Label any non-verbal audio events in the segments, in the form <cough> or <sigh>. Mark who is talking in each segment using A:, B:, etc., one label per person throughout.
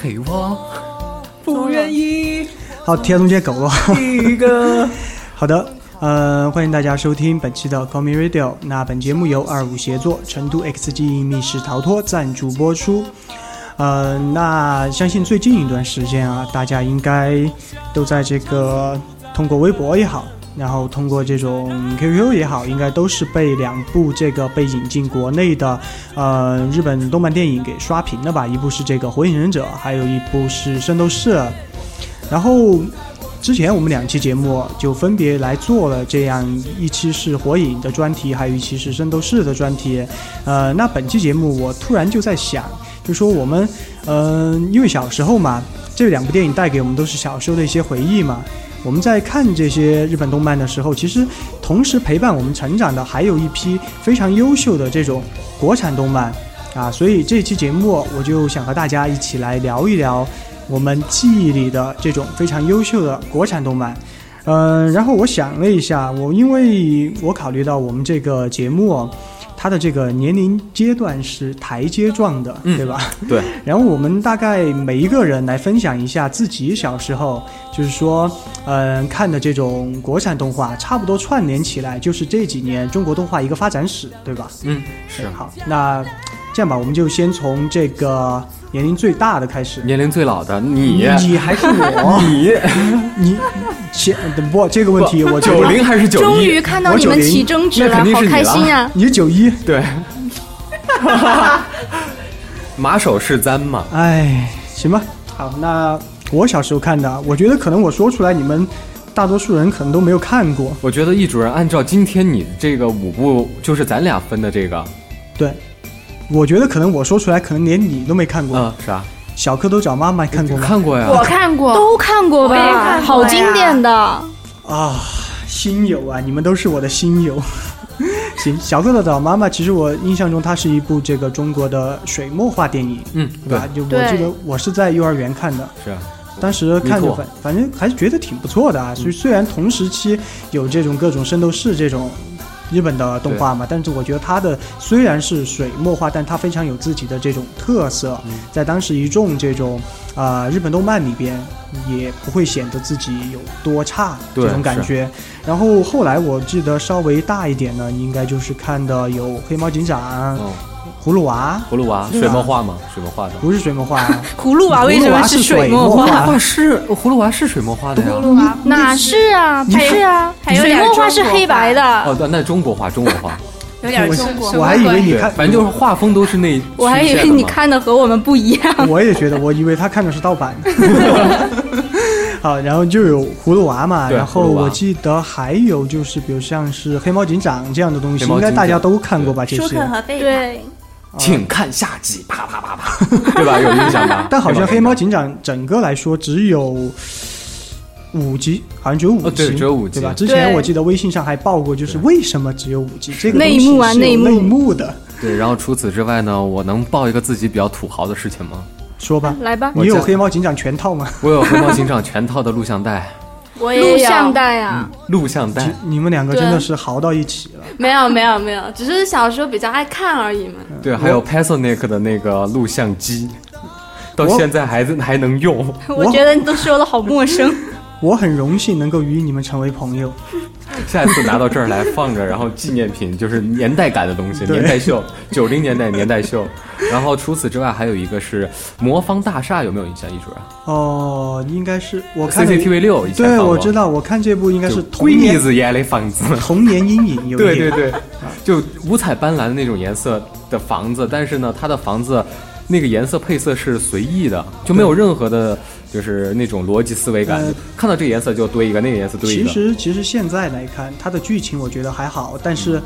A: 陪我，不愿意
B: 好，贴中间狗了。
A: 一个。
B: <laughs> 好的，呃，欢迎大家收听本期的 Call Me Radio。那本节目由二五协作、成都 XG 密室逃脱赞助播出。呃，那相信最近一段时间啊，大家应该都在这个通过微博也好，然后通过这种 QQ 也好，应该都是被两部这个被引进国内的呃日本动漫电影给刷屏了吧？一部是这个《火影忍者》，还有一部是《圣斗士》。然后之前我们两期节目就分别来做了这样一期是火影的专题，还有一期是圣斗士的专题。呃，那本期节目我突然就在想，就说我们，嗯、因为小时候嘛，这两部电影带给我们都是小时候的一些回忆嘛。我们在看这些日本动漫的时候，其实同时陪伴我们成长的还有一批非常优秀的这种国产动漫啊，所以这期节目我就想和大家一起来聊一聊我们记忆里的这种非常优秀的国产动漫。嗯、然后我想了一下，我因为我考虑到我们这个节目哦，它的这个年龄阶段是台阶状的，
A: 嗯
B: 对吧？
A: 对，
B: <laughs> 然后我们大概每一个人来分享一下自己小时候，就是说，嗯、看的这种国产动画，差不多串联起来就是这几年中国动画一个发展史，对吧？
A: <laughs> 嗯，是
B: 好，那这样吧，我们就先从这个年龄最大的开始。
A: 年龄最老的你，
B: 你还 <laughs> 是我？
A: 你
B: 你先不这个问题，我觉
A: 九
B: 得
A: 零还是九
C: 终
A: 一
C: 于？看到你
B: 我
C: 们
B: 90
C: 起争执
A: 那肯定
C: 好
A: 是你
C: 开
A: 了
C: 心呀！
B: 你九一，
A: <laughs> 对， <laughs> 马首是瞻嘛。
B: 哎，行吧。好，那我小时候看的，我觉得可能我说出来，你们大多数人可能都没有看过。
A: 我觉得易主任按照今天你这个五部，就是咱俩分的这个，
B: 对，我觉得可能我说出来，可能连你都没看过。
A: 嗯，啥？
B: 小蝌蚪找妈妈看过吗？
A: 看过呀。
D: 我看过，
C: 都看过
D: 我也
C: 吧？
D: 看过
C: 好经
D: 呀
C: 典的，
B: 啊，心友啊，你们都是我的心友。 <laughs> 行，小蝌蚪找妈妈，其实我印象中它是一部这个中国的水墨画电影，
A: 嗯，
B: 对
A: 对
B: 吧，？就我
C: 对
B: 记得我是在幼儿园看的，
A: 是啊。
B: 当时看
A: 没
B: 着
A: 错嗯
B: 反反正还是觉得挺不错的啊。所以虽然同时期有这种各种圣斗士这种日本的动画嘛，但是我觉得它的虽然是水墨画，但它非常有自己的这种特色，
A: 嗯
B: 在当时一众这种啊、呃日本动漫里边也不会显得自己有多差
A: 对
B: 这种感觉。然后后来我记得稍微大一点呢，应该就是看的有《黑猫警长》
A: 嗯，
B: 葫芦娃》，
A: 葫芦娃，
B: 对啊
A: 水墨画吗？水墨画的。
B: 不是水墨画啊，
D: <laughs> 葫芦娃为什么是水墨
B: 葫芦娃
D: 画？
B: 啊
A: 是葫芦娃是水墨画的呀。
D: 芦娃
C: 嗯哪是啊？不
D: 还有
C: 是啊，
D: 还有
C: 水
D: 点
C: 墨画
D: 中
C: 是
D: 国
C: 黑
D: 画
C: 白的。
A: 哦，对，那中国画，中国画，
D: 有点
B: 我
D: 中国
B: 我还以为你
A: 对，
B: 看，
A: 反正就是画风都是那。
C: 我还以为你。看的和我们不一样。
B: <laughs> 我也觉得，我以为他看的是盗版。 <laughs> 好，然后就有葫芦娃嘛，
A: 对
B: 然后
A: 葫芦娃
B: 我记得还有就是，比如像是黑猫警长这样的东西，
A: 黑猫
B: 应
A: 警长
B: 该大家都看过吧？这
D: 舒
B: 些
D: 克，和贝塔，
C: 对，
A: <laughs> 请看下集，啪啪啪 <laughs> 啪，对吧？有印象 <laughs> 吧？
B: 但好像黑猫
A: 猫
B: 警长整个来说只有五集，好像只有五
A: 哦
B: 集，
A: 对只有五集
B: 对吧？之前
C: 对
B: 我记得微信上还报过，就是为什么只有五集？这个
C: 内幕啊
B: 东西是有
C: 内幕
B: 内幕的，
A: 对，然后除此之外呢，我能报一个自己比较土豪的事情吗？
B: 说吧。
C: <laughs> 来吧，
B: 你有
A: 我家
B: 黑猫警长全套吗？ <laughs>
A: 我有《黑猫警长》全套的录像带，
D: 我
C: 录
D: 有
C: 像带啊，
A: <laughs> 录像带。
B: 你们两个真的
C: 对啊
B: 是豪到一起了。
D: 没有没有没有，只是小时候比较爱看而已嘛。
A: <laughs>
B: 嗯
A: 对，还有 Panasonic 的那个录像机，到
B: 我
A: 现在还在还能
C: <laughs>
A: 用。
C: 我觉得你都说的好陌生。
B: 我很荣幸能够与你们成为朋友。
A: 下次拿到这儿来放着，然后纪念品就是年代感的东 <laughs> 西，
B: 对
A: 年代秀，九零年代年代秀。然后除此之外，还有一个是魔方大厦，有没有印象？易主任
B: 哦，应该是我看了一
A: ，CCTV 六以前
B: 对，
A: 放过
B: 我知，道，我看这部应该
A: 就是
B: 童
A: 闺蜜
B: 年
A: 子眼里房子。
B: 童年阴影
A: <laughs>
B: 有一
A: 对
B: 点。
A: 对
B: <laughs>
A: 对，就五彩斑斓的那种颜色的房子，但是呢，它的房子那个颜色配色是随意的，就没有任何的，就是那种逻辑思维感。
B: 呃
A: 就看到这个颜色就堆一个，那个颜色堆一
B: 其
A: 个。
B: 实其实现在来看，它的剧情我觉得还好，但是。
A: 嗯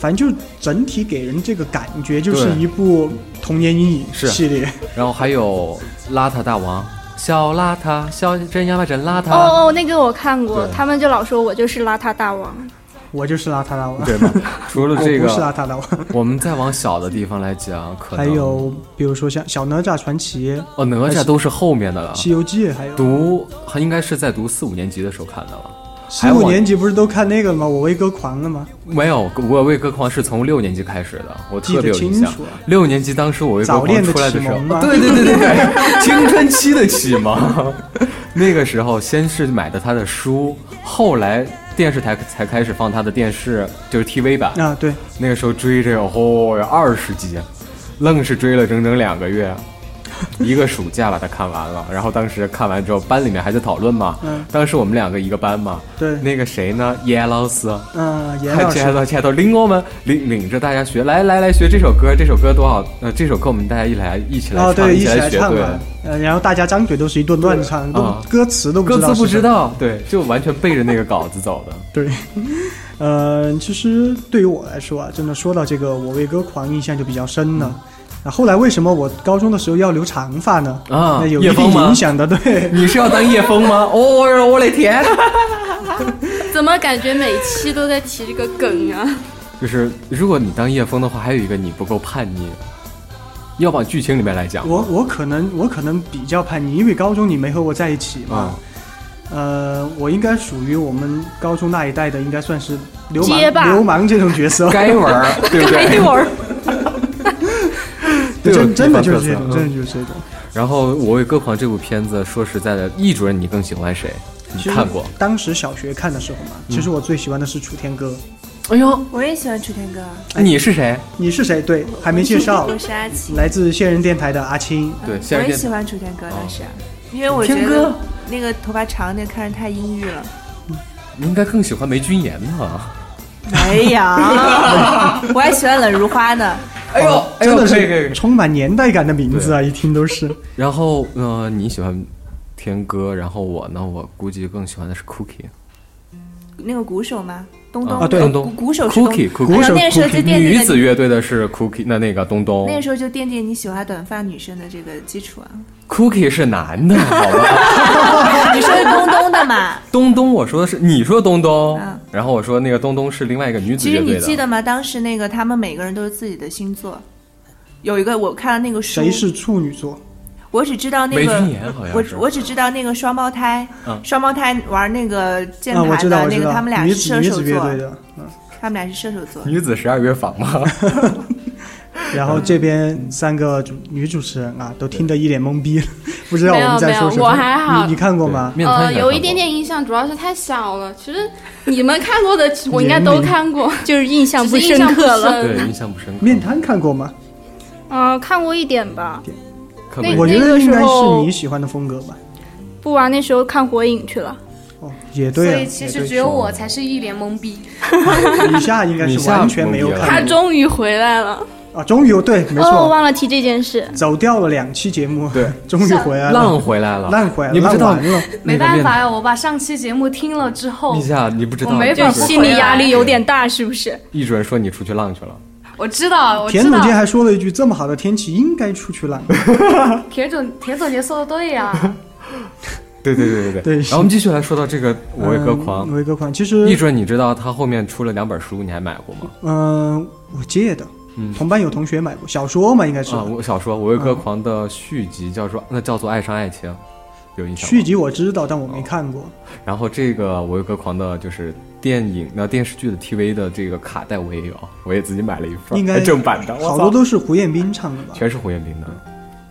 B: 反正就整体给人这个感觉，就是
A: 对
B: 一部童年阴影
A: 是
B: 系列。 <laughs>
A: 然后还有邋遢大王，小邋遢，小真呀嘛真邋遢。
C: 哦哦，那个我看过，
A: 啊对
C: 他们就老说我就是邋遢大王。
B: 我就是邋遢大王，
A: 对吗？除了这
B: 哦我不是邋
A: 个，
B: 遢大王。
A: 我们再往小的地方来讲，可
B: 还
A: 能
B: 有比如说像《小哪吒传奇》《
A: 哦，哪吒都是后面的了。
B: 西游记》，还有
A: 读还应该是在读四五年级的时候看的了。
B: 十
A: 还
B: 五
A: 往
B: 年级不是都看那个了吗？我为歌狂了吗？
A: 没有，我为歌狂是从六年级开始的，我特别有印
B: 记得
A: 象
B: 清楚啊。
A: 六年级当时我为歌
B: 早恋
A: 狂
B: 的
A: 出来的时候
B: 启蒙吗，
A: 对对对对对，青春期的启蒙。那个时候先是买的他的书，后来电视台才开始放他的电视，就是 TV 版。
B: 啊，对，
A: 那个时候追这个，嚯、有二十集，愣是追了整整两个月，一个暑假把它看完了。然后当时看完之后，班里面还在讨论嘛，
B: 嗯
A: 当时我们两个一个班嘛，
B: 对
A: 那个谁呢，叶老师。
B: 嗯，严
A: 还
B: 老师
A: <laughs> 亲爱的，亲爱的，领我们领领着大家学，来来来学这首歌，这首歌多好，呃，这首歌我们大家一来一起来
B: 啊，
A: 唱，
B: 对，
A: 一
B: 起来
A: 学，
B: 唱
A: 哦对，
B: 嘛，呃，然后大家张嘴都是一顿乱唱，都
A: 啊
B: 歌词都不
A: 各
B: 知道，
A: 自不知，道，对，就完全背着那个稿子走的。
B: 对。呃，其实对于我来说啊，真的说到这个，我为歌狂印象就比较深了。
A: 嗯
B: 那、后来为什么我高中的时候要留长发呢？
A: 啊
B: 那有
A: 叶
B: 一定
A: 枫吗
B: 影响的，对。
A: 你是要当叶枫 <laughs> 吗？哦，我嘞天！
D: 怎么感觉每期都在提这个梗啊？
A: 就是如果你当叶枫的话，还有一个你不够叛逆，要往剧情里面来讲，
B: 我我可能我可能比较叛逆，因为高中你没和我在一起嘛
A: 啊。
B: 呃，我应该属于我们高中那一代的，应该算是流
C: 结
B: 氓
C: 巴
B: 流氓这种角色。
A: 该玩 <laughs> 儿，对不
C: 哎
A: 对？
C: 我
A: 对
B: <laughs> 真真的就是
A: 地
B: 这
A: 方
B: 种，
A: 特色
B: 真的就是这种。
A: 嗯然后《我为歌狂》这部片子，说实在的，易主任你更喜欢谁？你
B: 其实
A: 看过？嗯
B: 当时小学看的时候嘛，其实我最喜欢的是楚天歌。
A: 哎呦，
E: 我也喜欢楚天歌，
A: 你是谁？
B: 你是谁？对，还没介绍
E: 我，是阿奇，
B: 来自线人电台的阿青。
A: 对，
E: 嗯我
A: 现
E: 也
A: 在哦
E: 喜欢楚天歌，当时，啊因为我觉
A: 天歌
E: 得那个头发长的看着太阴郁了。
A: 你应该更喜欢梅君妍吧？
E: 没有， <laughs> 我还喜欢冷如花呢。
A: 哎呦，哎
B: 真
A: 呦，
B: 的
A: 可以可以
B: 是
A: 可以。
B: 充满年代感的名字啊，一听都是。
A: 然后，呃，你喜欢天歌，然后我呢，我估计更喜欢的是 Cookie。
E: 那个鼓手吗？东东
A: 啊对
E: 鼓
A: 东东
E: 鼓手是东
A: Cookie，
B: 鼓
E: 然
B: 手
E: 后那个时候就
B: Cookie，
E: 奠
A: 女
E: 定
A: 子
E: 了
A: 乐队的是 Cookie，那那个东东。
E: 那个时候就奠定你喜欢短发女生的这个基础啊。
A: Cookie 是男的，好吧？
E: <laughs> 你说是东东的嘛？
A: 东东，我说的是你说东东，
E: 嗯
A: 然后我说那个东东是另外一个女子
E: 其实
A: 乐队的。
E: 你记得吗？当时那个他们每个人都是自己的星座，有一个我看了那个书，
B: 谁是处女座？
E: 我只知道那
A: 梅
E: 个
A: 君妍好像
E: 我
A: 是
E: 我只知道那个双胞胎，
A: 嗯
E: 双胞胎玩那个键
B: 啊，我
E: 盘
B: 知
E: 的、
B: 道，我
E: 那
B: 知
E: 个，
B: 道
E: 他们，俩
B: 女
E: 是
B: 子
E: 射
B: 女
E: 手
B: 子乐
E: 座
B: 队，的。嗯
E: 他们俩是射手座。
A: 女子十二乐坊吗？
B: 然后这边三个主女主持人啊，都听得一脸懵逼了， <laughs> 不知道
D: 没有
B: 我们在说什
D: 没有
B: 么。
D: 我还好
B: 你你看过吗？
A: 面瘫
D: 呃，
A: 也
D: 有一
A: 看
D: 点
A: 过
D: 点印象，主要是太小了。其实你们看过的，我应该都看过，
C: 就是印象不
D: 只是印
C: 深
D: 象不
C: 刻 <laughs> 了。
F: 嗯
A: 对，
D: 深
A: 印象不深刻。
B: 面瘫看过吗？
C: 嗯、看过一点吧，
A: 看
C: 那
A: 过
B: 我
A: 一
B: 觉
A: 眼
B: 得
C: 个
B: 应
C: 时
B: 该是
C: 候
B: 你喜欢的风格吧。
C: 不玩那时候看火影去了。
B: 哦，也
F: 所
B: 对啊，
F: 以其实只
B: 也
F: 有我才是一脸懵逼。
B: 对以下应该
A: 以
B: 是
A: 下
B: 完全没有
A: 懵逼了
D: 他
B: 看过。
D: 终于回来了。
B: 啊，终于有对，没
C: 哦，
B: 错，
C: 忘了提这件事。
B: 走掉了两期节目，
A: 对，
B: <laughs> 终于回来了，
A: 浪回来了，
B: 烂回来了，
A: 你不
B: 烂
A: 知道
B: 完了。
F: <laughs> 没办法呀，我把上期节目听了之后
A: 立，夏，你不知道，
F: 我没
A: 就
F: 法嗯
C: 就是
F: 不
C: 心理压
B: 啊
C: 力有点大，是不是？
A: 易主任说你出去浪去了，
F: 我知道，我
B: 田
F: 知
B: 总
F: 道，
B: 监还说了一句：“这么好的天气，应该出去浪。
F: 铁总铁总监说的对
B: <laughs>
F: 呀，
A: 对对对对
B: 对
A: 然后我们继续来说到这个《
B: 嗯”
A: 我为歌狂》
B: 我为歌狂。其
A: 易
B: 实，
A: 主任，你知道他后面出了两本书，你还买过吗？
B: 嗯，我借的，同班有同学买过小说嘛，应该是
A: 嗯啊，我小说《我为歌狂》的续集叫做那叫做《爱上爱情》，有印象吗？
B: 续集我知道，但我没看过。
A: 然后这个《我有个狂》的，就是电影那电视剧的 TV 的这个卡带我也有，我也自己买了一份儿，
B: 应该
A: 正版的，我
B: 好
A: 操
B: 多都是胡彦斌唱的吧？
A: 全是胡彦斌的。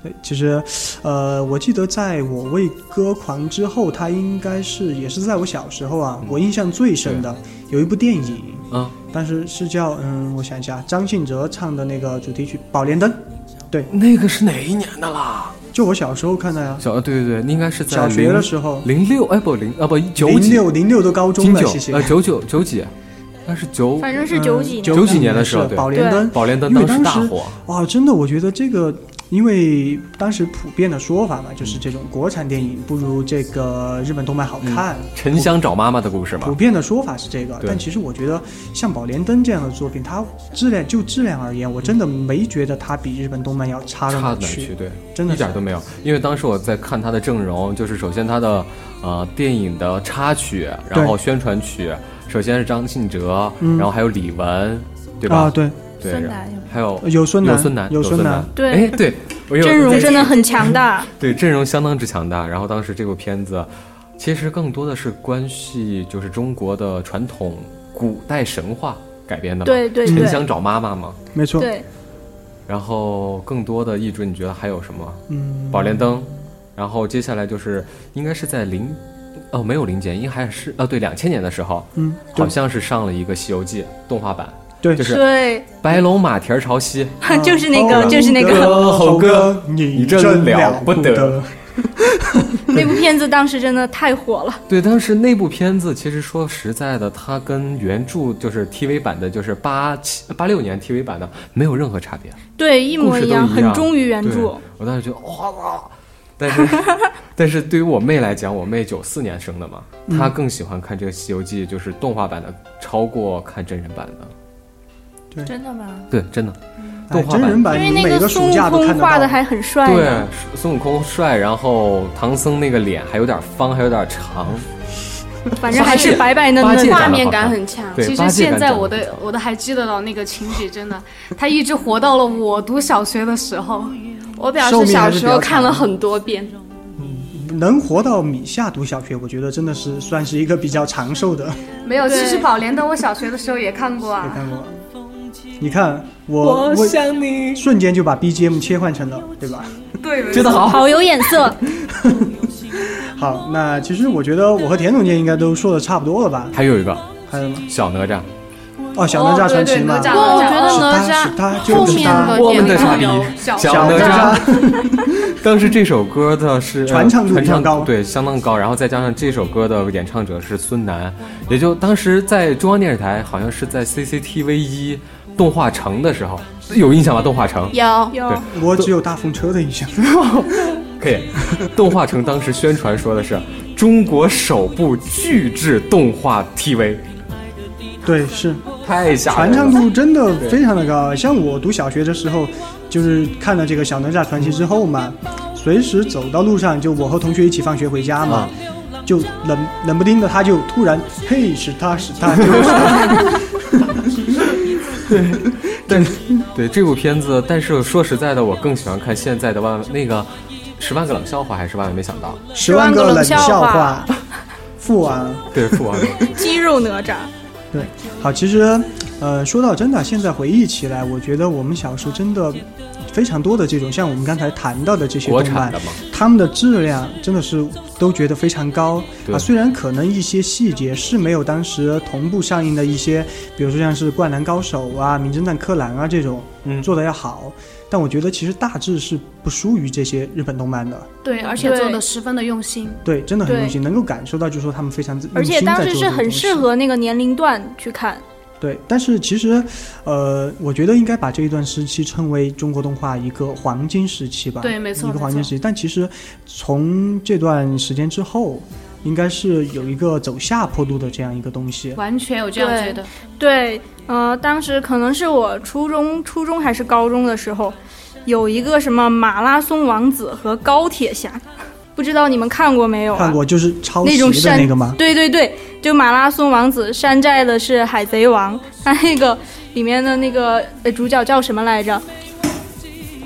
B: 对，其实，呃，我记得在我为歌狂之后，他应该是也是在我小时候
A: 嗯
B: 啊，我印象最深的有一部电影，
A: 啊，
B: 但是是叫嗯，我想一下，张信哲唱的那个主题曲《宝莲灯》，
A: 那个是哪一年的啦？
B: 就我小时候看的呀，
A: 小对对对，应该是在
B: 小学的时候，
A: 零六哎不零啊不九
B: 零
A: 几
B: 六零六都高中
A: 零
B: 了，
A: 九
B: 谢谢
A: 呃。九九九几，那是九
C: 反正是
B: 嗯
C: 九几年，
A: 九几年的时候
B: 是
A: 对
B: 宝莲灯，
A: 宝莲灯
B: 因为
A: 时大
B: 当时
A: 火，
B: 哇，真的，我觉得这个，因为当时普遍的说法嘛，
A: 嗯
B: 就是这种国产电影不如这个日本动漫好看。
A: 沉香找妈妈的故事
B: 普
A: 嘛。
B: 遍的说法是这个，
A: 嗯对
B: 但其实我觉得像《宝莲灯》这样的作品，它质量就质量而言，我真的没觉得它比日本动漫要差到
A: 差
B: 哪
A: 哪
B: 儿去
A: 去？。对，
B: 真的
A: 一点
B: 是
A: 都没有。因为当时我在看他的阵容，就是首先他的呃电影的插曲，然后宣传曲，首先是张信哲，
B: 嗯
A: 然后还有李玟，对吧？
B: 啊，对，
A: 对，
E: 孙
A: 然
E: 楠有
A: 还有
B: 有孙楠，
A: 孙楠，
B: 有
A: 有
B: 孙楠
A: 楠，，
C: 对
A: 哎，对，我有
C: 阵容
A: 对
C: 真的很强大。
A: 对阵容相当之强大。然后当时这部片子。其实更多的是关系就是中国的传统古代神话改编的嘛。
C: 对对
A: 沉
B: 嗯
C: 对
A: 香找妈妈嘛。
B: 没错，
C: 对，
A: 然后更多的译准，你觉得还有什么？
B: 嗯，
A: 宝莲灯，然后接下来就是应该是在零，哦，没有零几年，应该还是呃对，两千年的时候，
B: 嗯，对
A: 好像是上了一个《西游记》动画版，
B: 对，
A: 就是
C: 对，
A: 白龙马蹄儿朝西，
C: <laughs>
B: 嗯
C: 就是那
B: 哦
C: 个，就是那个
A: 个猴哥，
B: 你
A: 你真
B: 真
A: 了
B: 不
A: 不得
B: 得。
C: 那部片子，当时真的太火了。
A: 对，但是那部片子其实说实在的，它跟原著就是 TV 版的，就是八七八六年 TV 版的没有任何差别，
C: 对，一模
A: 故事
C: 一
A: 都
C: 样，
A: 一
C: 很忠于原
A: 对
C: 著。
A: 我当时觉得哇哇，但是但是对于我妹来讲，我妹九四年生的嘛，她更喜欢看这个《西游记》，就是动画版的，超过看真人版的。
E: 真的吗？
A: 对，真的，
B: 哎
A: 动画
B: 真人版
C: 因
B: 你
C: 为那
B: 每
C: 个
B: 个
C: 孙
B: 暑
C: 悟
B: 假都
C: 空
B: 看得
C: 画的
B: 到。
C: 还很帅
A: 对
C: 呢，，
A: 孙悟空帅，然后唐僧那个脸还有点方，还有点长，
C: 反正还是白白嫩
A: 八
C: 嫩
A: 戒
C: 的。
D: 画面感很强。
A: 对
F: 其
A: 八
F: 实
A: 戒
F: 现
A: 感
F: 在
A: 长得
F: 我
A: 不
F: 的
A: 错
F: 我都还记得到那个情节，真的，他一直活到了我读小学的时候。
D: 我表
B: 寿
D: 示
B: 命还是
D: 小
B: 比
D: 时
B: 较
D: 候
B: 长
D: 看了很多遍，
B: 能活到米夏读小学，我觉得真的是算是一个比较长寿的。
F: 没有，其
C: 对
F: 实宝莲灯我小学的时候也看过
B: 没
F: 啊。
B: 看过。你看我，我
E: 想你。
B: 瞬间就把 BGM 切换成了，对吧？
F: 对，没
A: 真的
F: 错
A: 好。
C: 好有眼色，
B: <laughs> 好，那其实我觉得我和田总监应该都说的差不多了吧？
A: 还有一个
B: 还有吗？
A: 小哪吒，
B: 哦，小哪吒传奇嘛
F: 哦对对哪。吒
D: 不过我觉
F: 哦
D: 得哪
B: 是他
D: 吒
B: 是他
D: 后面
B: 就是
D: 的
B: 他
A: 啊我
D: 点
A: 们的
D: 睛
A: 傻逼
D: 有，
F: 小
A: 小哪
B: 哪
A: 吒。当时这首歌的是
B: 传唱度
A: 传
B: 比较
A: 唱
B: 高
A: 对，相当高。然后再加上这首歌的演唱者是孙楠，也就当时在中央电视台，好像是在 CCTV 一动画城的时候，有印象吗？动画城
D: 有
C: 有
A: 对
B: <laughs> 我只有大风车的印象。
A: 可以，动画城当时宣传说的是中国首部巨制动画 TV，
B: 对，是
A: 太吓
B: 传
A: 人
B: 唱
A: 了。
B: 度真的非常的高。像我读小学的时候，就是看了这个《小哪吒传奇》之后嘛，随时走到路上，就我和同学一起放学回家嘛，
A: 啊
B: 就冷冷不丁的他就突然，嘿，是他是他，就是 <laughs> 他。
A: 但是对这部片子，但是说实在的，我更喜欢看现在的万那个十万个冷笑话，还是万万没想到。
B: 十万个冷笑话，父王。
A: 对，父王。
C: 肌肉哪吒。
B: 嗯对，好，其实，呃，说到真的，现在回忆起来，我觉得我们小时候真的非常多的这种，像我们刚才谈到的这些
A: 国
B: 动
A: 产
B: 漫
A: 的，嘛，
B: 他们的质量真的是都觉得非常高
A: 对
B: 啊。虽然可能一些细节是没有当时同步上映的一些，比如说像是《灌篮高手》啊、《名侦探柯南啊》这种
A: 嗯，
B: 做的要好，但我觉得其实大致是不输于这些日本动漫的。
F: 对，而且
C: 对
F: 做的十分的用心。
B: 对，真的很
C: 对
B: 用心，能够感受到，就是说他们非常
C: 而且
B: 用心
C: 当
B: 在
C: 时
B: 做
C: 是
B: 这个
C: 很
B: 东西
C: 适合那个年龄段去看，
B: 对，但是其实，呃，我觉得应该把这一段时期称为中国动画一个黄金时期吧，
F: 对没错
B: 一个黄
F: 没错
B: 金时期。但其实从这段时间之后，应该是有一个走下坡路的这样一个东西。
F: 完全有这样
C: 对
F: 觉得，
C: 对，呃，当时可能是我初中、初中还是高中的时候，有一个什么马拉松王子和高铁侠，不知道你们看过没有、啊？
B: 看过就是抄袭
C: 那种
B: 的
C: 山
B: 那个吗？
C: 对对对，就马拉松王子山寨的是海贼王，他那个里面的那个呃主角叫什么来着？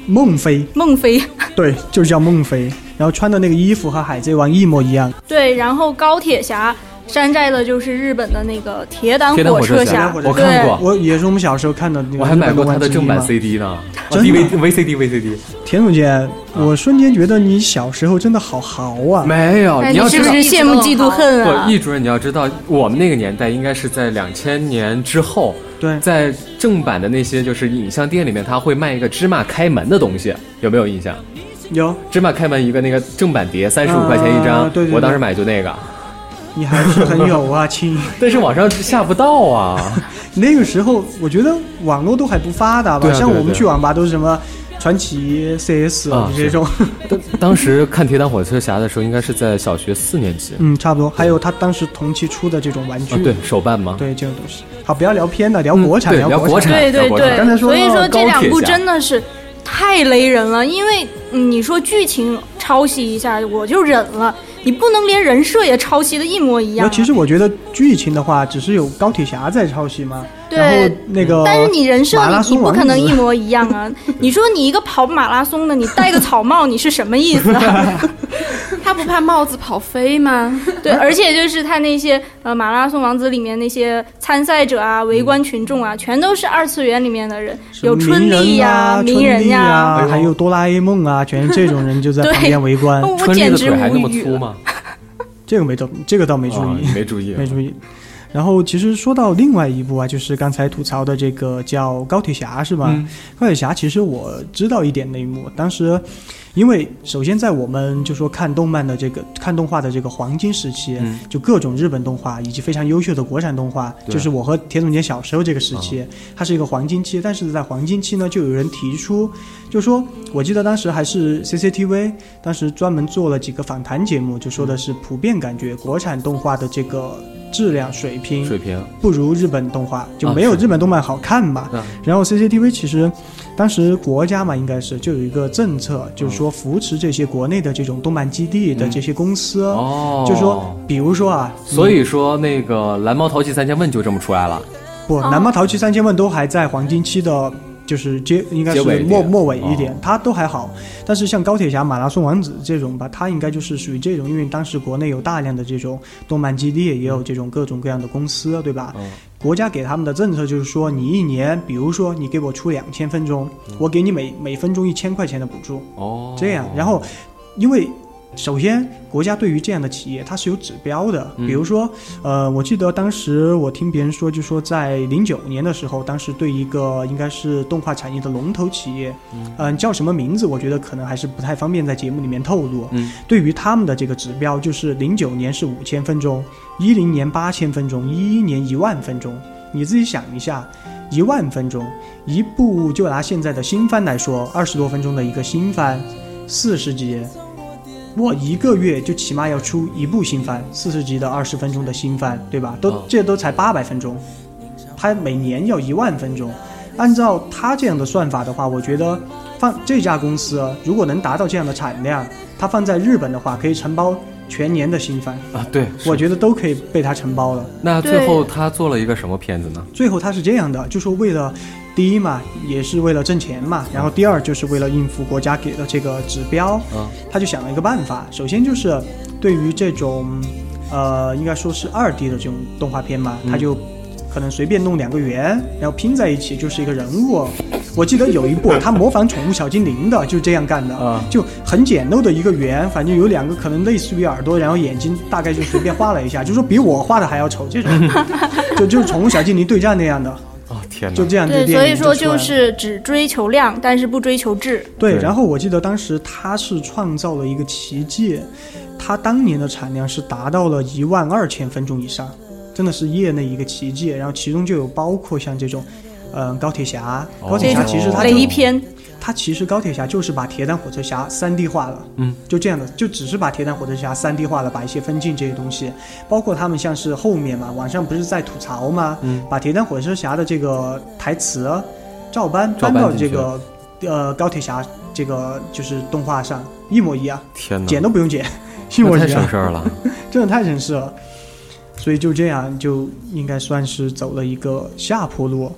B: 孟非，
C: 孟非。
B: 对，就是叫孟非。然后穿的那个衣服和海贼王一模一样，
C: 对，然后高铁侠山寨的就是日本的那个铁胆
A: 铁胆火车
C: 车
A: 侠
C: 侠，
B: 我
A: 我看
C: 对
A: 过，
B: 我也是我们小时候看的那个。
A: 我还买过它的正版 CD 呢哦
B: 真的
A: ，DVD、VCD、VCD。
B: 田总
A: 啊
B: 监，我瞬间觉得你小时候真的好豪啊！
A: 没有，
F: 哎
A: 你要
F: 你
A: 知
C: 是不
A: 道
C: 是，羡慕嫉妒恨啊
A: 不，？易主任，你要知道，我们那个年代应该是在两千年之后，
B: 对，
A: 在正版的那些就是影像店里面，他会卖一个芝麻开门的东西，有没有印象？
B: 有
A: 芝麻开门一个那个正版碟，三十五块钱一张，
B: 啊对对对
A: 我当时买就那个，
B: 你还是很有啊，亲。
A: 但是网上下不到啊。
B: 那个时候，我觉得网络都还不发达吧，
A: 对啊
B: 像
A: 对啊
B: 我们
A: 对啊
B: 去网吧都是什么传奇、CS
A: 啊
B: 这种，
A: 当 <laughs> 当时看《铁胆火车侠》的时候，应该是在小学四年级，
B: <laughs> 嗯，差不多。还有他当时同期出的这种玩具，
A: 啊，对手办吗？
B: 对这种东西。好，不要聊偏了，聊
A: 嗯
B: 国产，
A: 对聊
B: 国
A: 产，
C: <laughs> 对
A: 聊
C: 对
A: 国产
B: 刚才
C: 对，
B: 说
C: 所以
B: 到
C: 说这
A: 高
C: 两
A: 铁
C: 部
A: 侠
C: 真的是太雷人了，因为嗯你说剧情抄袭一下我就忍了，你不能连人设也抄袭的一模一
B: 然
C: 样啊。
B: 后其实我觉得剧情的话，只是有高铁侠在抄袭嘛，然后
C: 对。
B: 那个，
C: 但是你人设
B: 马拉
C: 你你
B: 松
C: 不
B: 王
C: 可能
B: 子
C: 一模一样
B: <laughs>
C: 啊！你说你一个跑马拉松的，你戴个草帽，你是什么意思、啊？ <laughs>
D: 他不怕帽子跑飞吗？
C: 对，而且就是他那些呃马拉松王子里面那些参赛者啊、围观群众啊，全都是二次元里面的人，
B: 什
C: 有
B: 么
C: 春
B: 鸣人
C: 丽呀、
B: 啊、
C: 鸣
B: 春
C: 人
B: 丽
C: 呀、
B: 啊，
A: 哎呦
B: 还有哆啦 A 梦啊，全是这种人就
C: <laughs>
B: 在旁边围观。
C: 我
A: 春丽
C: 简
A: 的
C: 直
A: 腿还那
C: 无
A: 么
C: 语
A: 粗
C: 了。
A: 吗？
B: 这个没注，这个倒没
A: 没
B: 注意，
A: 哦没注意，
B: <laughs>
A: 啊
B: 没注意。然后其实说到另外一部啊，就是刚才吐槽的这个叫《钢铁侠》是吧？
A: 嗯
B: 钢铁侠其实我知道一点内幕，当时因为首先在我们就说看动漫的这个看动画的这个黄金时期，
A: 嗯
B: 就各种日本动画以及非常优秀的国产动画，
A: 对啊
B: 就是我和田总监小时候这个时期，它是一个黄金期。但是在黄金期呢，就有人提出，就说我记得当时还是 CCTV，当时专门做了几个访谈节目，就说的是普遍感觉国产动画的这个质量水平
A: 水平
B: 不如日本动画，就
A: 啊
B: 没有
A: 是
B: 日本动漫好看嘛。
A: 嗯
B: 然后 CCTV 其实当时国家嘛，应该是就有一个政策，就是说扶持这些国内的这种动漫基地的这些公司，
A: 哦，
B: 呃就说比如说啊，
A: 所以说那个蓝猫淘气三千问就这么出来了，
B: 不，南猫淘气三千问都还在黄金期的，就是接应该
A: 结尾
B: 是
A: 一点
B: 末末尾一点
A: 哦，
B: 它都还好。但是像钢铁侠、马拉松王子这种吧，它应该就是属于这种，因为当时国内有大量的这种动漫基地，也有这种各种各样的公司，对吧？
A: 嗯
B: 国家给他们的政策就是说，你一年，比如说你给我出两千分钟，
A: 嗯
B: 我给你每每分钟一千块钱的补助，
A: 哦，
B: 这样，然后因为首先国家对于这样的企业它是有指标的，
A: 嗯
B: 比如说，呃，我记得当时我听别人说，就说在零九年的时候，当时对一个应该是动画产业的龙头企业，嗯、叫什么名字，我觉得可能还是不太方便在节目里面透露。
A: 嗯，
B: 对于他们的这个指标，就是零九年是五千分钟，一零年八千分钟，一一年一万分钟。你自己想一下，一万分钟，一部就拿现在的新番来说，二十多分钟的一个新番，四十集，我一个月就起码要出一部新番，四十集的二十分钟的新番，对吧？都、
A: 嗯
B: 这都才八百分钟，他每年要一万分钟。按照他这样的算法的话，我觉得放这家公司啊如果能达到这样的产量，它放在日本的话，可以承包全年的新番，
A: 啊，对，
B: 我觉得都可以被它承包了。
A: 那最后他做了一个什么片子呢？
B: 最后他是这样的，就说为了第一嘛，也是为了挣钱嘛，然后第二就是为了应付国家给的这个指标，
A: 嗯
B: 他就想了一个办法。首先就是对于这种，呃，应该说是二 D 的这种动画片嘛，他就可能随便弄两个圆，然后拼在一起就是一个人物。我记得有一部他模仿宠物小精灵的，就是这样干的，
A: 啊
B: 就很简陋的一个圆，反正有两个可能类似于耳朵，然后眼睛大概就随便画了一下，就说比我画的还要丑这种，就就是宠物小精灵对战那样的，
A: 哦，天哪，
B: 就这样
C: 对，
B: 电
C: 所以
B: 影
C: 说
B: 出来
C: 就
B: 了
C: 是只追求量，但是不追求质。
B: 对，
A: 对
B: 然后我记得当时他是创造了一个奇迹，他当年的产量是达到了一万二千分钟以上，真的是业内一个奇迹。然后其中就有包括像这种，嗯、高铁侠，
A: 哦
B: 高铁侠其实他就
A: 雷
C: 雷片，
B: 他其实高铁侠就是把铁胆火车侠三 D 化了，
A: 嗯，
B: 就这样的，就只是把铁胆火车侠三 D 化了，把一些分镜这些东西，包括他们像是后面嘛，网上不是在吐槽吗？
A: 嗯，
B: 把铁胆火车侠的这个台词啊照搬
A: 照
B: 搬
A: 搬
B: 到
A: 进
B: 这
A: 去
B: 个呃高铁侠这个就是动画上，一模一样，
A: 天哪，
B: 剪都不用剪， <laughs> 一模
A: 嗯那太
B: 一
A: 省
B: 样
A: 事，儿了。
B: 真的太省事了。所以就这样，就应该算是走了一个下坡路。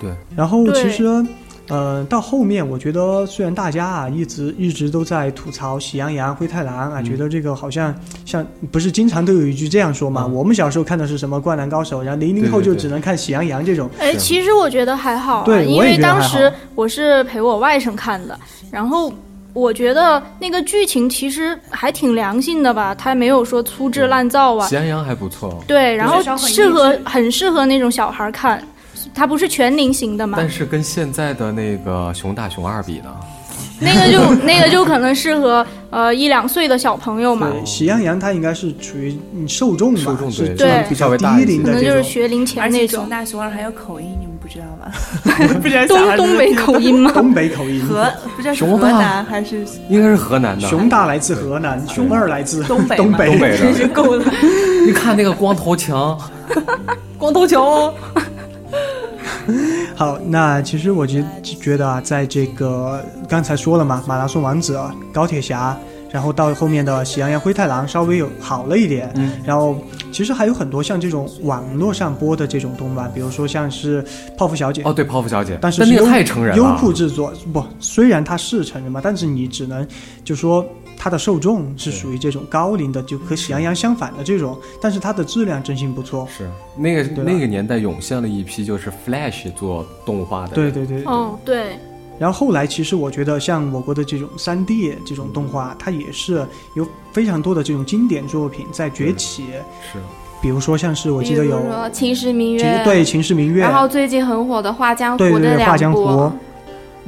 A: 对，
B: 然后
C: 对
B: 其实，呃，到后面我觉得，虽然大家啊一直一直都在吐槽喜羊羊、灰太狼啊，
A: 嗯
B: 觉得这个好像像不是经常都有一句这样说嘛？
A: 嗯
B: 我们小时候看的是什么《灌篮高手》，然后零零后
A: 对对
B: 就
A: 对
B: 只能看喜羊羊这种。
C: 哎，
A: 是
C: 其实我觉得还好、啊，
B: 对
C: 因
B: 我也
C: 为
B: 觉得还
C: 当
B: 好
C: 时我是陪我外甥看的，然后我觉得那个剧情其实还挺良心的吧，它没有说粗
B: 嗯
C: 制滥造
A: <laughs>
C: 啊
A: 喜，羊羊还不错，哦
C: 对，然后
F: 稍微很
C: 适
F: 益
C: 合
F: 智
C: 很适合那种小孩看，它不是全龄型的嘛，
A: 但是跟现在的那个熊大熊二比呢，
C: 那个就那个就可能适合呃一两岁的小朋友嘛，
B: 对，喜羊羊它应该是处于嗯受众吧，
A: 受众
B: 是
A: 对
B: 是比
A: 稍
B: 较
A: 微
B: 低
A: 大一
B: 龄
A: 些
C: 可
B: 的
C: 能就
B: 这
C: 是
B: 种。
C: 学龄前
E: 而
C: 那
E: 且
C: 种
E: 熊。大熊二还有口音，你们不知道 <laughs> 吗？
C: 东东北口音
B: <laughs>
C: 吗？
B: 东北口音，
E: 河不是
A: 熊
E: 河
A: 大
E: 南还是
A: 应该是河南的。
B: 熊大来自河南，熊二来自
E: 东北
B: 东
E: 嘛
B: 北
A: 东北的
E: <laughs> 真是够了。
A: 你看那个光头强，
E: 光头熊，
B: 好，那其实我觉觉得啊，在这个刚才说了嘛，马拉松王子、啊、高铁侠，然后到后面的《喜羊羊灰太狼》稍微有好了一点，
A: 嗯
B: 然后其实还有很多像这种网络上播的这种动漫，比如说像是《泡芙小姐》
A: 哦，对，泡芙小姐，
B: 但是
A: 那个
B: 优
A: 太成人了，
B: 优酷制作不，虽然它是成人嘛，但是你只能就说它的受众是属于这种高龄的，就和喜羊羊相反的这种，但是它的质量真心不错。
A: 是那个
B: 对吧
A: 那个年代涌现了一批就是 Flash 做动画的，
B: 对，对对。
C: 哦，对，
B: 然后后来其实我觉得像我国的这种三 D 这种动画，它也是有非常多的这种经典作品在崛起，
A: 是
B: 比如说像是我记得有
D: 比如说《秦时明月》，
B: 秦《对《秦时明月
D: 然》，后最近很火的《画江湖
B: 对》对
D: 的
B: 对，《
D: 两
B: 画江湖》
D: 部，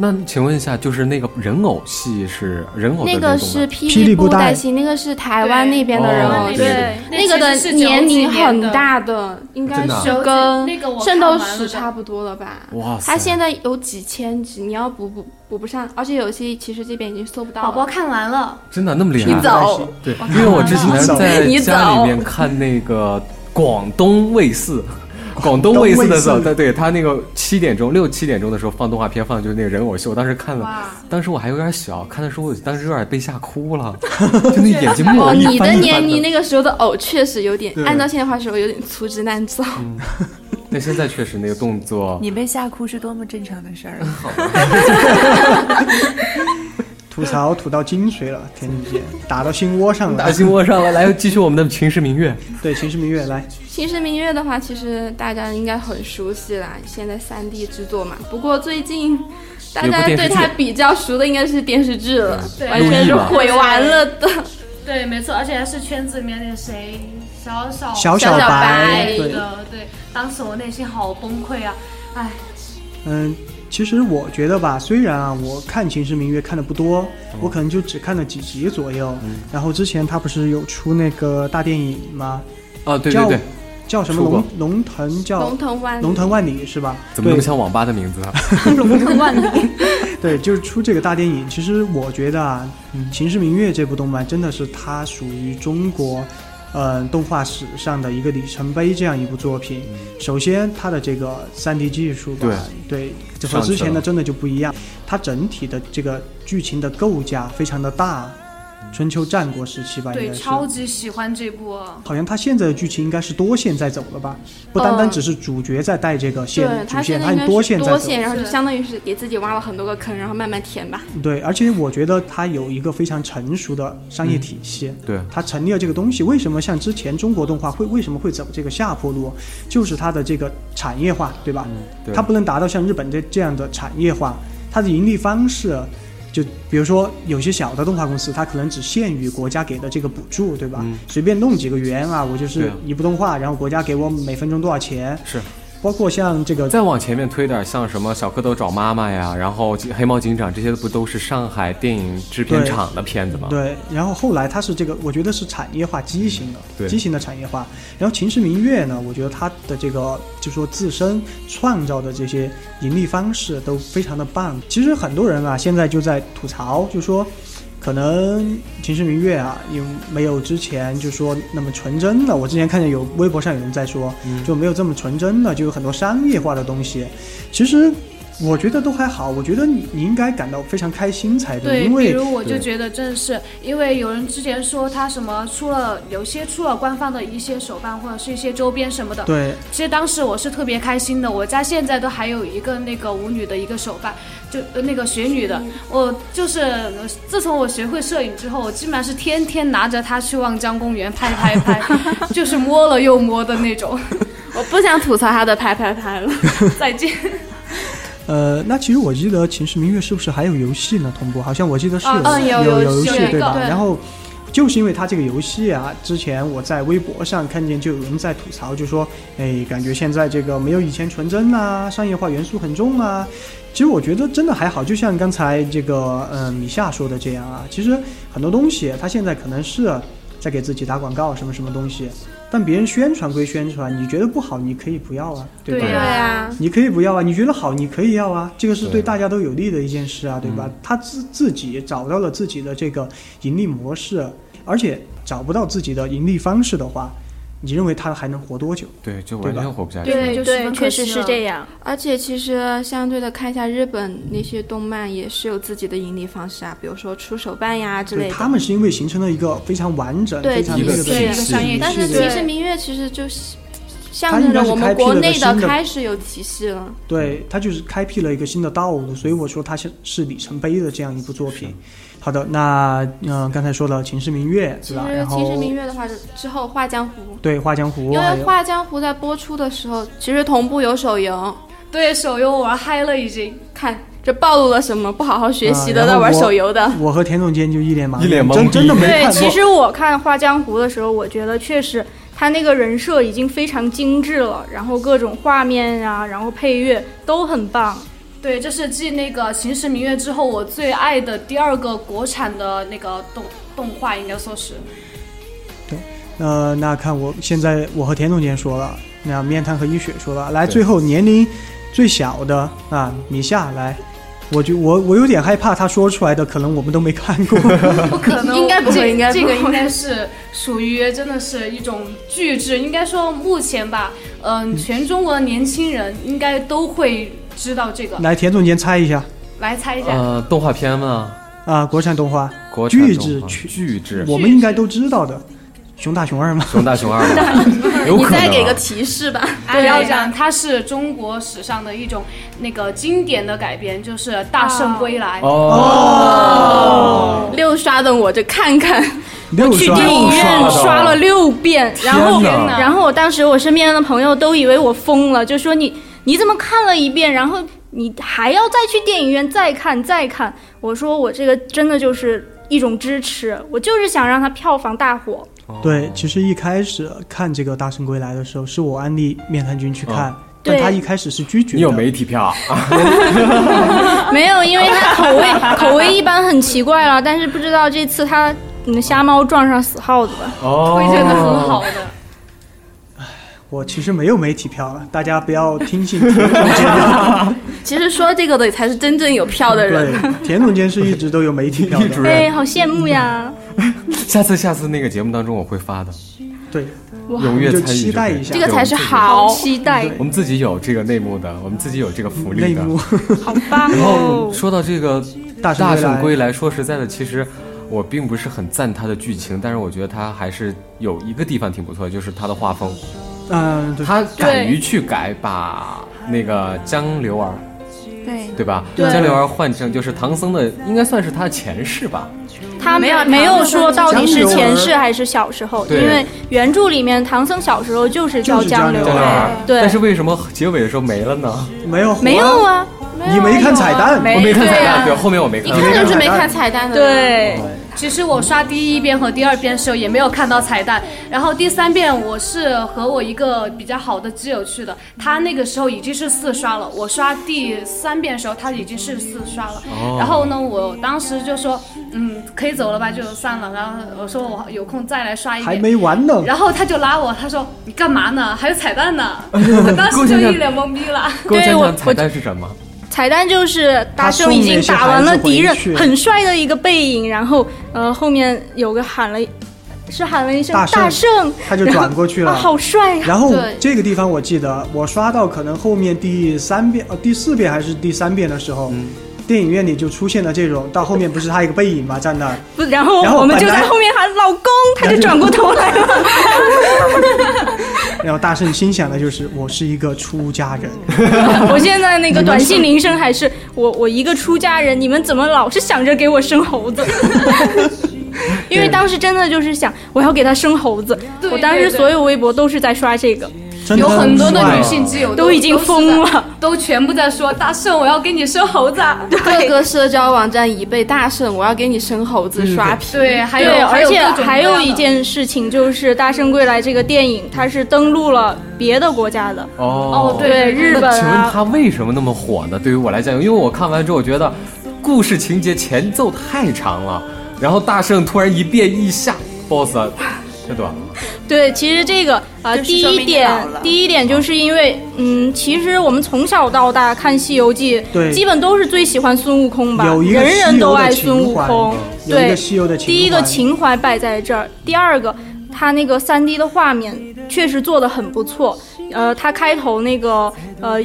A: 那请问一下，就是那个人偶戏是人偶的
D: 那
A: 动
D: 个
A: 漫
D: 是
B: 霹
D: 霹
B: 雳
D: 雳
B: 布
D: 布
B: 袋
D: 袋戏，那个是台湾那边的人
A: 哦
D: 偶
A: 对
D: 戏，
A: 对
D: 那个
F: 其
D: 的
F: 实是九几
D: 年龄很
F: 的，
D: 大的，应该
A: 真的啊
D: 是
F: 九几
D: 跟
F: 那个我
D: 《
F: 看
D: 圣斗
F: 完
D: 士
F: 了》的
D: 差不多了吧？
A: 哇塞，
D: 它现在有几千集，你要补补补不上，而且有些其实这边已经搜不到
F: 宝宝
D: 了。
F: 看完了，
A: 真的那么厉害？啊
D: 你走，
A: 对，因为我之前在
D: 你走
A: 家里面看那个广东卫
D: <laughs>
A: 视。广东卫视的时候，
B: 广东
A: 对对，他那个七点钟、六七点钟的时候放动画片，放的就是那个人偶秀。我当时看了，
F: 哇，
A: 当时我还有点小，看的时候我当时
D: <laughs>
A: 有点被吓哭了，就那眼睛冒
D: 哦，
A: 一
D: 你的
A: 翻一
D: 年
A: 翻
D: 龄
A: 的。
D: 那个时候的偶确实有点
A: 对，嗯
D: 按照现在话说有点粗制滥造。
A: 但现在确实那个动作，
E: 你被吓哭是多么正常的事儿啊！ <laughs>
B: 吐槽吐到精髓了，天地间打到心窝上
A: 打
B: 了。
A: 心窝上了。来，继续我们的《秦时明月
B: 对《秦时明月》来，
D: 《秦时明月》的话，其实大家应该很熟悉啦，现在三 D 制作嘛。不过最近大
A: 有部
D: 家
A: 电视
D: 对
A: 剧
D: 它比较熟的应该是电视剧了，
F: 对
D: 完全是毁完了的。
F: 对，没错，而且还是圈子里面那个谁，小小
B: 小
D: 小
B: 白，
D: 白
B: 对，
F: 的，对，当时我内心好崩溃啊，哎，
B: 嗯，其实我觉得吧，虽然啊，我看《秦时明月》看的不多，我可能就只看了几集左右。然后之前他不是有出那个大电影吗？》
A: 啊，对对对，
B: 叫什么
A: 出过
B: 龙龙腾叫
D: 龙腾湾，
B: 龙腾万里是吧？
A: 怎么那么像网吧的名字啊？
D: 龙腾万里。
B: 对，就是出这个大电影。其实我觉得啊，《秦时明月》这部动漫真的是它属于中国，呃，动画史上的一个里程碑这样一部作品。
A: 嗯
B: 首先，它的这个 3D 技术吧，对，就和
A: 上去
B: 之前的
A: 了
B: 真的就不一样。它整体的这个剧情的构架非常的大，春秋战国时期吧，应
F: 对，
B: 该是。
F: 超级喜欢这部啊，
B: 好像它现在的剧情应该是多线在走了吧，不单单
D: 嗯
B: 只是主角在带这个线、
D: 对，
B: 主
D: 它
B: 线，
D: 现在
B: 它
D: 应该
B: 有
D: 是多
B: 线在走。
D: 然后就相当于是给自己挖了很多个坑，然后慢慢填吧。
B: 对，而且我觉得它有一个非常成熟的商业体系，
A: 嗯对，
B: 它成立了这个东西。为什么像之前中国动画会为什么会走这个下坡路，就是它的这个产业化，对吧？
A: 嗯对
B: 它不能达到像日本这这样的产业化，它的盈利方式。就比如说，有些小的动画公司，它可能只限于国家给的这个补助，对吧？
A: 嗯
B: 随便弄几个元啊，我就
A: 对
B: 是
A: 啊
B: 一部动画，然后国家给我每分钟多少钱。
A: 是。
B: 包括像这个
A: 再往前面推点，像什么小蝌蚪找妈妈呀，然后黑猫警长这些，不都是上海电影制片
B: 对
A: 厂的片子吗？
B: 对，然后后来它是这个，我觉得是产业化畸形的，
A: 对
B: 畸形的产业化。然后《秦时明月》呢，我觉得它的这个就说自身创造的这些盈利方式都非常的棒。其实很多人啊，现在就在吐槽，就说可能《秦时明月》啊，也没有之前就说那么纯真了。我之前看见有微博上有人在说，就没有这么纯真了，就有很多商业化的东西。其实。我觉得都还好，我觉得你你应该感到非常开心才对，
F: 对，
B: 因
F: 比
B: 为
F: 如我就
A: 对
F: 觉得真的是，因为有人之前说他什么出了，有些出了官方的一些手办或者是一些周边什么的，
B: 对
F: 其实当时我是特别开心的，我家现在都还有一个那个舞女的一个手办，就呃那个学女的，我就是呃自从我学会摄影之后，我基本上是天天拿着它去望江公园拍拍拍，就是摸了又摸的那种。
D: 我不想吐槽他的拍拍拍了，再见。
B: 呃，那其实我记得《秦时明月》是不是还有游戏呢？同步好像我记得是
F: 啊嗯
B: 有
F: 有
B: 有游
F: 有戏
B: 对吧？
F: 对
B: 然后就是因为它这个游戏啊，之前我在微博上看见就有人在吐槽，就说哎，感觉现在这个没有以前纯真啊，商业化元素很重啊。其实我觉得真的还好，就像刚才这个嗯米夏说的这样啊，其实很多东西它现在可能是在给自己打广告什么什么东西，但别人宣传归宣传，你觉得不好你可以不要啊，对吧？
A: 对
D: 啊，
B: 你可以不要啊，你觉得好，你可以要啊，这个是对
A: 对嗯
B: 大家都有利的一件事啊，对吧？他自自己找到了自己的这个盈利模式，而且找不到自己的盈利方式的话，你认为他还能活多久？
A: 对，就
B: 对
A: 完
B: 吧
A: 全活不下去。
F: 对
C: 对
F: 就十
C: 对，
F: 分
C: 确
F: 可
C: 实
F: 惜
C: 是
F: 了
C: 这样。
D: <laughs> 而且其实相对的，看一下日本那些动漫也是有自己的盈利方式啊，比如说出手办呀之类
B: 对，
D: 的。
B: 他们是因为形成了一个非常完整、
D: 对
B: 非常
A: 一个
B: 一个
A: 体
B: 体
A: 系
B: 系
F: 商业
D: 但是
F: 体
D: 其
F: 系
D: 实明月其实就是
B: 它
D: 象
B: 应
D: 征
B: 该
D: 着
B: 是
D: 我
B: 开
D: 们
B: 辟了
D: 国
B: 个
D: 内的
B: 新的
D: 开始有体系了。
B: 对，它就是开辟了一个新的道路，所以我说它是是里程碑的这样一部作品。好的，那嗯、呃刚才说了《秦时明月》
D: 其
B: 是
D: 实
B: 吧？
D: 《
B: 然
D: 秦时
B: 后
D: 明月》的话，之后《画江湖》，
B: 对《画江湖》
D: 因为
B: 还
D: 《
B: 有
D: 画江湖》在播出的时候，其实同步有手游。
F: 对手游玩嗨了已经。
D: 看，这暴露了什么？不好好学习
B: 啊
D: 的，
B: 然
D: 在
B: 后
D: 玩
B: 我
D: 手游的。
B: 我和田总监就一脸茫然，
A: 一脸懵
B: 真
A: 逼
B: 真的没
C: 对，
B: 看
C: 其
B: 过。
C: 实我看《画江湖》的时候，我觉得确实他那个人设已经非常精致了，然后各种画面啊，然后配乐都很棒。
F: 对，这是继那个《秦时明月》之后，我最爱的第二个国产的那个动动画，应该说是。
B: 呃，那看我现在我和田总监说了，那面瘫和一雪说了，来
A: 对
B: 最后年龄最小的啊，米夏来。我就我我有点害怕，他说出来的可能我们都没看过。
F: 不可能，
D: 应该不会
F: 这
D: 应该不
F: 这
D: 会
F: 个应该是属于真的是一种巨制，应该说目前吧，嗯、全中国的年轻人应该都会知道这个。
B: 来，田总监猜一下
F: 来猜一
D: 嗯
F: 下，
A: 呃，动画片嘛，
B: 啊，国产动画，
A: 国产
B: 巨
A: 动
B: 制
A: 画
B: 巨
A: 巨制，
B: 我们应该都知道的，《熊大熊二》嘛。 <laughs>
A: 熊大熊二嘛，有
D: 你
A: 可能啊。
D: 再给个提示吧。
F: 不要
D: 这样
F: 讲，它是中国史上的一种那个经典的改编，就是《大圣归来》
A: 哦，
D: 哦六刷的我就看看，
B: 六
C: 去
B: 刷
C: 电影院刷了六遍，然后
A: 天
F: 嗯
A: 哪
C: 然后我当时我身边的朋友都以为我疯了，就说你你怎么看了一遍，然后你还要再去电影院再看再看？我说我这个真的就是一种支持，我就是想让它票房大火。
B: <laughs> 对，其实一开始看这个《大圣归来》的时候，是我安利面瘫君去看，
C: 对
B: 但他一开始是拒绝的。
A: 你有媒体票啊？
C: <laughs> 没有，因为它口
D: <laughs>
C: 味口味一般很奇怪了，但是不知道这次它嗯瞎猫撞上死耗子了。
A: 哦
F: 会真的很好的。
B: 我其实没有媒体票了，大家不要听信田总监。
D: 其实说这个的才是真正有票的人。
B: 对，田总监是一直都有媒体票
A: 主
B: 的。
C: 哎，
A: 任，
C: 好羡慕
B: 嗯
C: 呀！
A: 下次下次那个节目当中我会发的，
B: 对，
A: 踊跃参与就可以。
B: 就期待一下
D: 这个才是
C: 好
D: 好。
C: 期待
A: 我们自己有这个内幕的，我们自己有这个福
B: 内
A: 利的。
B: 幕 <laughs>
C: 吧。
A: 然
B: 哦
A: 后说到这个
B: 大圣
A: 大
B: 归来
A: 圣归来，说实在的，其实我并不是很赞它的剧情，但是我觉得它还是有一个地方挺不错的，就是它的画风，
B: 嗯，对，
A: 它敢于去改，把那个江流儿。
D: 对，
A: 对吧？江流儿换成就是唐僧的，应该算是他的前世吧。
C: 他
D: 没有
C: 没有
D: 唐僧
C: 说到底是
B: 江流儿
C: 前世还是小时候，因
A: 对
C: 为原著里面唐僧小时候就是叫
B: 就是啊江
C: 江流
A: 江流
C: 儿，
A: 儿，
C: 对
A: 但是为什么结尾的时候没了呢？
B: 没有
C: 没有啊，
B: 你没看彩蛋
A: 我没看彩
D: 对
A: 蛋，
D: 啊
A: 对，后面我没看。
D: 一看就是没看彩蛋的。，
C: 对，
F: 其实我刷第一遍和第二遍的时候也没有看到彩蛋，然后第三遍我是和我一个比较好的基友去的，他那个时候已经是四刷了，我刷第三遍的时候他已经是四刷了，然后呢，我当时就说，嗯，可以走了吧，就算了，然后我说我有空再来刷一
B: 还
F: 遍。
B: 没完呢。
F: 然后他就拉我，他说你干
B: <laughs>
F: 嘛呢？还有彩蛋呢！我当时就一嗯脸懵逼了。
A: 给我
C: 对
A: 讲
C: 我
A: 讲彩蛋是什么？
C: 彩蛋就是大圣已经打完了敌人，很帅的一个背影，然后呃后面有个喊了，是喊了一声
B: 大圣
C: 圣，
B: 他就转过去了
C: 啊， <laughs> 好帅呀！
B: 然后
D: 对
B: 这个地方我记得，我刷到可能后面第三遍、呃第四遍还是第三遍的时候，电影院里就出现了这种，到后面不是他一个背影嘛，站那儿，
C: 不，然后
B: 然后
C: 我们就
B: 本来
C: 在后面喊老公，他就转过头来了。
F: <laughs>
B: 然后大圣心想的就是我是一个出家人，
C: 我现在那个短信铃声还是我我一个出家人，你们怎么老是想着给我生猴
F: <laughs>
C: 子？因为当时真的就是想我要给他生猴子，
F: 对
C: 我当时
F: 对对
C: 所有微博都是在刷这个，
B: 真的
F: 有很多的
B: 帅
F: 女性基友
C: 都已经疯，
B: <laughs>
F: 是在
C: 了。
F: 都全部在说大圣，我要给你生猴子啊。
D: 各个社交网站已被大圣，我要给你生猴子刷屏。
F: 嗯对，还有
C: 对，而且
F: 各种各样的
C: 还有一件事情就是《大圣归来》这个电影，它是登陆了别的国家的，
A: 哦
F: 哦对对
C: 日本
A: 那请问
C: 啊，
A: 它为什么那么火呢？对于我来讲，因为我看完之后，我觉得故事情节前奏太长了，然后大圣突然一变一下 BOSS，啊这段
C: 对，其实这个呃，
E: 就是
C: 第
E: 说
C: 一
E: 明你
C: 点
E: 老了，
C: 第一点就是因为，嗯，其实我们从小到大看《西游记》，
B: 对
C: 基本都是最喜欢孙悟空吧，
B: 有一个
C: 人人都爱
B: 西游
C: 孙
B: 的
C: 悟
B: 情怀
C: 空，
B: 有一
C: 对
B: 个，西游的情怀，
C: 第一个情怀摆在这儿，第二个，它那个三 D 的画面，确实做的很不错。呃，它开头那个呃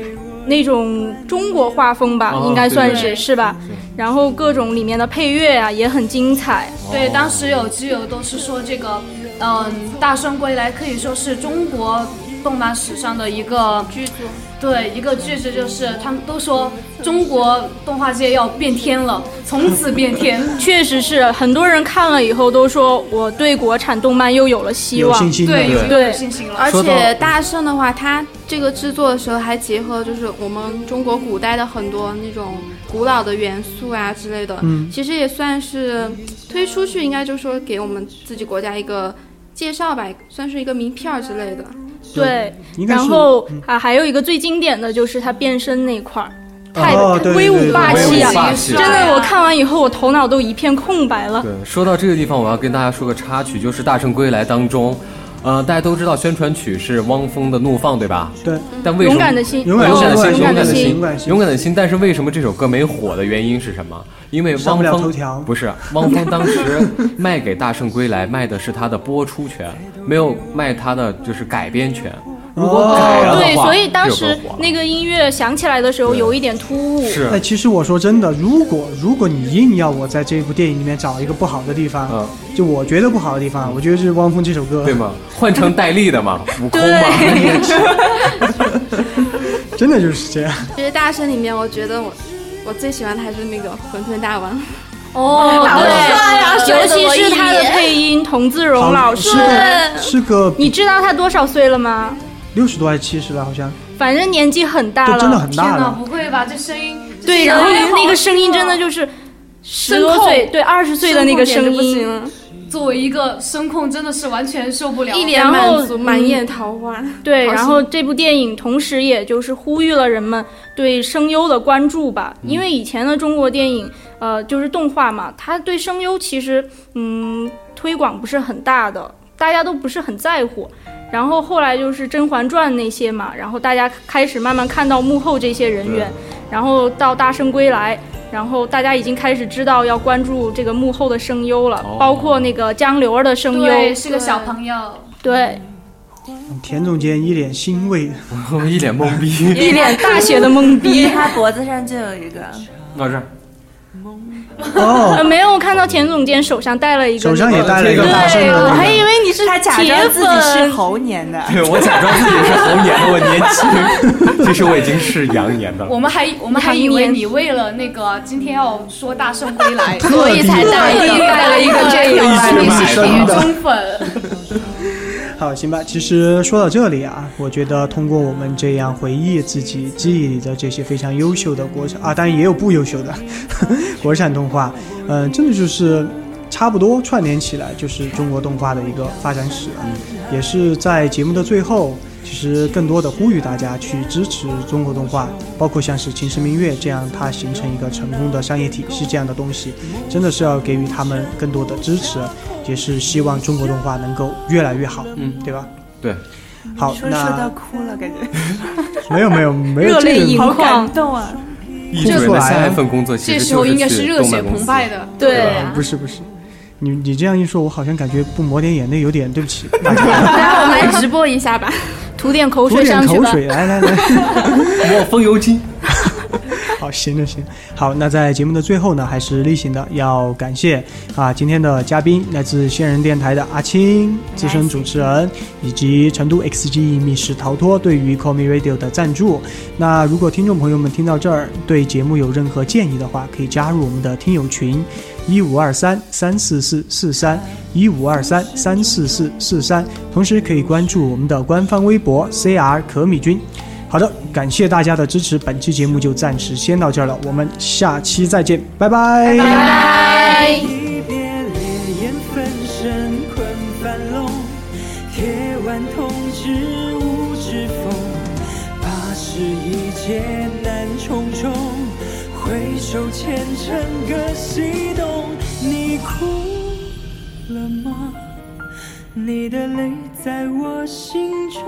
C: 那种中国画风吧，
A: 哦
C: 应该算
F: 对
C: 是
F: 对
C: 是吧？然后各种里面的配乐啊也很精彩。
F: 对，当时有基友都是说这个，嗯、大圣归来》可以说是中国动漫史上的一个巨作。对，一个句子就是他们都说中国动画界要变天了，从此变天。
C: 确实是很多人看了以后都说，我对国产动漫又有了希
B: 有
C: 望
B: 信。心的
F: 对，有
C: 对
F: 有信心了。
D: 而
A: 说
D: 且
A: 到
D: 大圣的话，它这个制作的时候还结合了就是我们中国古代的很多那种古老的元素啊之类的，
B: 嗯
D: 其实也算是推出去，应该就说给我们自己国家一个介绍吧，算是一个名片儿之类的。
C: 对，
B: 应该
C: 然
B: <laughs> 是
C: 后啊，还有一个最经典的就是他变身那块儿，太
B: 哦对对
C: 威
B: 对
C: 武
B: 对
C: 霸
A: 威武
C: 气啊！
A: 霸气
C: 真的，我看完以后，我头脑都一片空白了。
A: 对，说到这个地方，我要跟大家说个插曲，就是《大圣归来》当中，呃，大家都知道宣传曲是汪峰的《怒放》，对吧？
B: 对
A: 但为什
C: 勇
A: 么
C: 敢的心，
B: 勇敢的
A: 的心，
B: 心
A: 勇
C: 勇敢
A: 敢的
C: 心
B: 勇敢的心
A: 勇敢的心。但是为什么这首歌没火的原因是什么？因为
B: 上
A: 汪
B: 不了
A: 峰
B: 头条
A: 不是汪峰当
B: <laughs>
A: 时卖给《大圣归来》卖的是他的播出权，没有卖他的就是改编权。如
B: 哦
A: 果改了的话，
C: 对，所以当
A: 这首
C: 时
A: 歌火了
C: 那个音乐响起来的时候
A: 对
C: 有一点突兀。
A: 是
B: 哎，其实我说真的，如果如果你硬要我在这部电影里面找一个不好的地方，
A: 嗯
B: 就我觉得不好的地方，我觉得是汪峰这首歌，
A: 对吗？换成戴笠的嘛，悟空嘛，
C: 对，
B: 真的就是这
C: <laughs>
B: 样。
D: 其实大圣里面，我觉得我我最喜欢的还是那个馄饨大王，
C: 哦，
D: 帅啊
C: 对，尤
D: 帅得
C: 其
D: 我
C: 是
D: 一
C: 他的
D: 脸
C: 配音童自荣
B: 好
C: 老师
B: 是，个是个
C: 你知道他多少岁了吗？
B: 六十多还是七十了，好像
C: 反正年纪很大
B: 就
C: 了，
B: 真的很
F: 天
B: 大
F: 哪，
B: 了。
F: 不会吧？这声音，这
C: 对，
F: 声
C: 然后
F: 音好
C: 那个声音真的就是十多岁，对，二十岁的那个
D: 声
C: 声
D: 控简直
C: 音，
D: 不行了，
F: 作为一个声控，真的是完全受不了。
D: 一脸
C: 然后
D: 满足，满眼桃花。
C: 对。
F: 好
C: 然后这部电影同时也就是呼吁了人们对声优的关注吧，因为以前的中国电影，呃，就是动画嘛，它对声优其实嗯推广不是很大的，大家都不是很在乎。然后后来就是《甄嬛传》那些嘛，然后大家开始慢慢看到幕后这些人员，然后到《大圣归来》，然后大家已经开始知道要关注这个幕后的声优了，
A: 哦
C: 包括那个江流儿的声优，
F: 对，是个小朋友。
C: 对，
B: 田总监一脸欣慰，
A: <laughs> 我一脸懵逼。
C: <laughs> 一脸大写的懵
E: 因
C: 逼
E: 为。他脖子上就有一个，
A: 老师，
C: <laughs>
B: 哦，
C: 呃，没有我看到田总监手上戴了一个，
B: 手上也戴了一个大圣
C: 对，啊我
B: 的
C: 还
B: 那
C: 以
B: <laughs> 个，
C: 为你是
E: 他假
C: 铁
E: 装自己是
C: 粉，
E: 猴年的。
A: 对我假装自己是猴年，我年轻，其实我已经是羊年的了。
F: 我们还我们还以为你为了那个今天要说《大圣归
E: 哎
F: 来》，
B: 所以才戴
F: 特地戴了一个这个
B: 特意去买的
F: 你是铁中粉。
B: 好，行吧。其实说到这里啊，我觉得通过我们这样回忆自己记忆里的这些非常优秀的国产啊，当然也有不优秀的 <laughs> 国产动画，嗯、真的就是差不多串联起来，就是中国动画的一个发展史啊。也是在节目的最后，其实更多的呼吁大家去支持中国动画，包括像是《秦时明月》这样，它形成一个成功的商业体系这样的东西，真的是要给予他们更多的支持，也是希望中国动画能够越来越好，
A: 嗯，
B: 对吧？
A: 对，
B: 好，
E: 说说到
B: 那
E: 哭了，感觉
B: 没有没有没有
C: 热
B: 这
C: 泪盈
B: 个，
E: 好
C: 眶
E: 感。动啊！
A: 艺术人的下一份工作其
F: 这
A: 实
F: 时
A: 就
F: 候
A: 是
F: 应该是
A: 去
F: 热
A: 动
F: 血
A: 漫公
F: 澎
A: 司
F: 湃的，
C: 对
A: 吧
B: 不是不是，你你这样一说，我好像感觉不抹点眼泪有点对不起大家，
D: 然后我们来直播一下吧。
C: 涂点 <laughs> 口
B: 吐
C: 水上
B: 点
C: 去
B: 口
C: 吧。
B: 水，来来来。
A: <laughs> 抹风油精。
B: <laughs> 好，行了行，好，那在节目的最后呢，还是例行的要感谢啊今天的嘉宾，来自仙人电台的阿青，资深主持人，以及成都 XG 密室逃脱对于 Call Me Radio 的赞助。那如果听众朋友们听到这儿，对节目有任何建议的话，可以加入我们的听友群。一五二三三四四四三，一五二三三四四四三，同时可以关注我们的官方微博 CR 可米君。好的，感谢大家的支持，本期节目就暂时先到这儿了，我们下期再见，拜拜
C: 拜。
G: 一别烈焰焚身困樊笼，铁腕痛指无指缝，怕是一劫难重重，回首前尘各西东。你哭了吗？你的泪在我心中，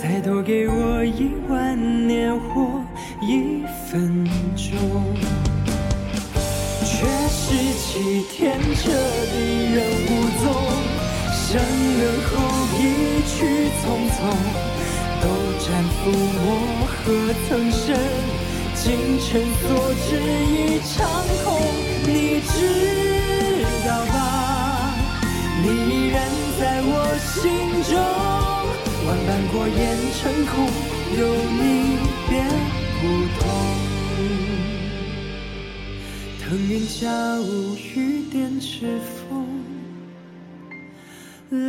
G: 再多给我一万年或一分钟。却是起天彻地人无踪，相隔后一句去匆匆，斗战覆没何曾深？今尘所至一场空，你知道吧？你依然在我心中，万般过眼成空，有你便不同。腾云驾雾，雨点池风，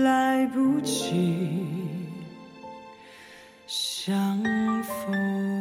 G: 来不及相逢。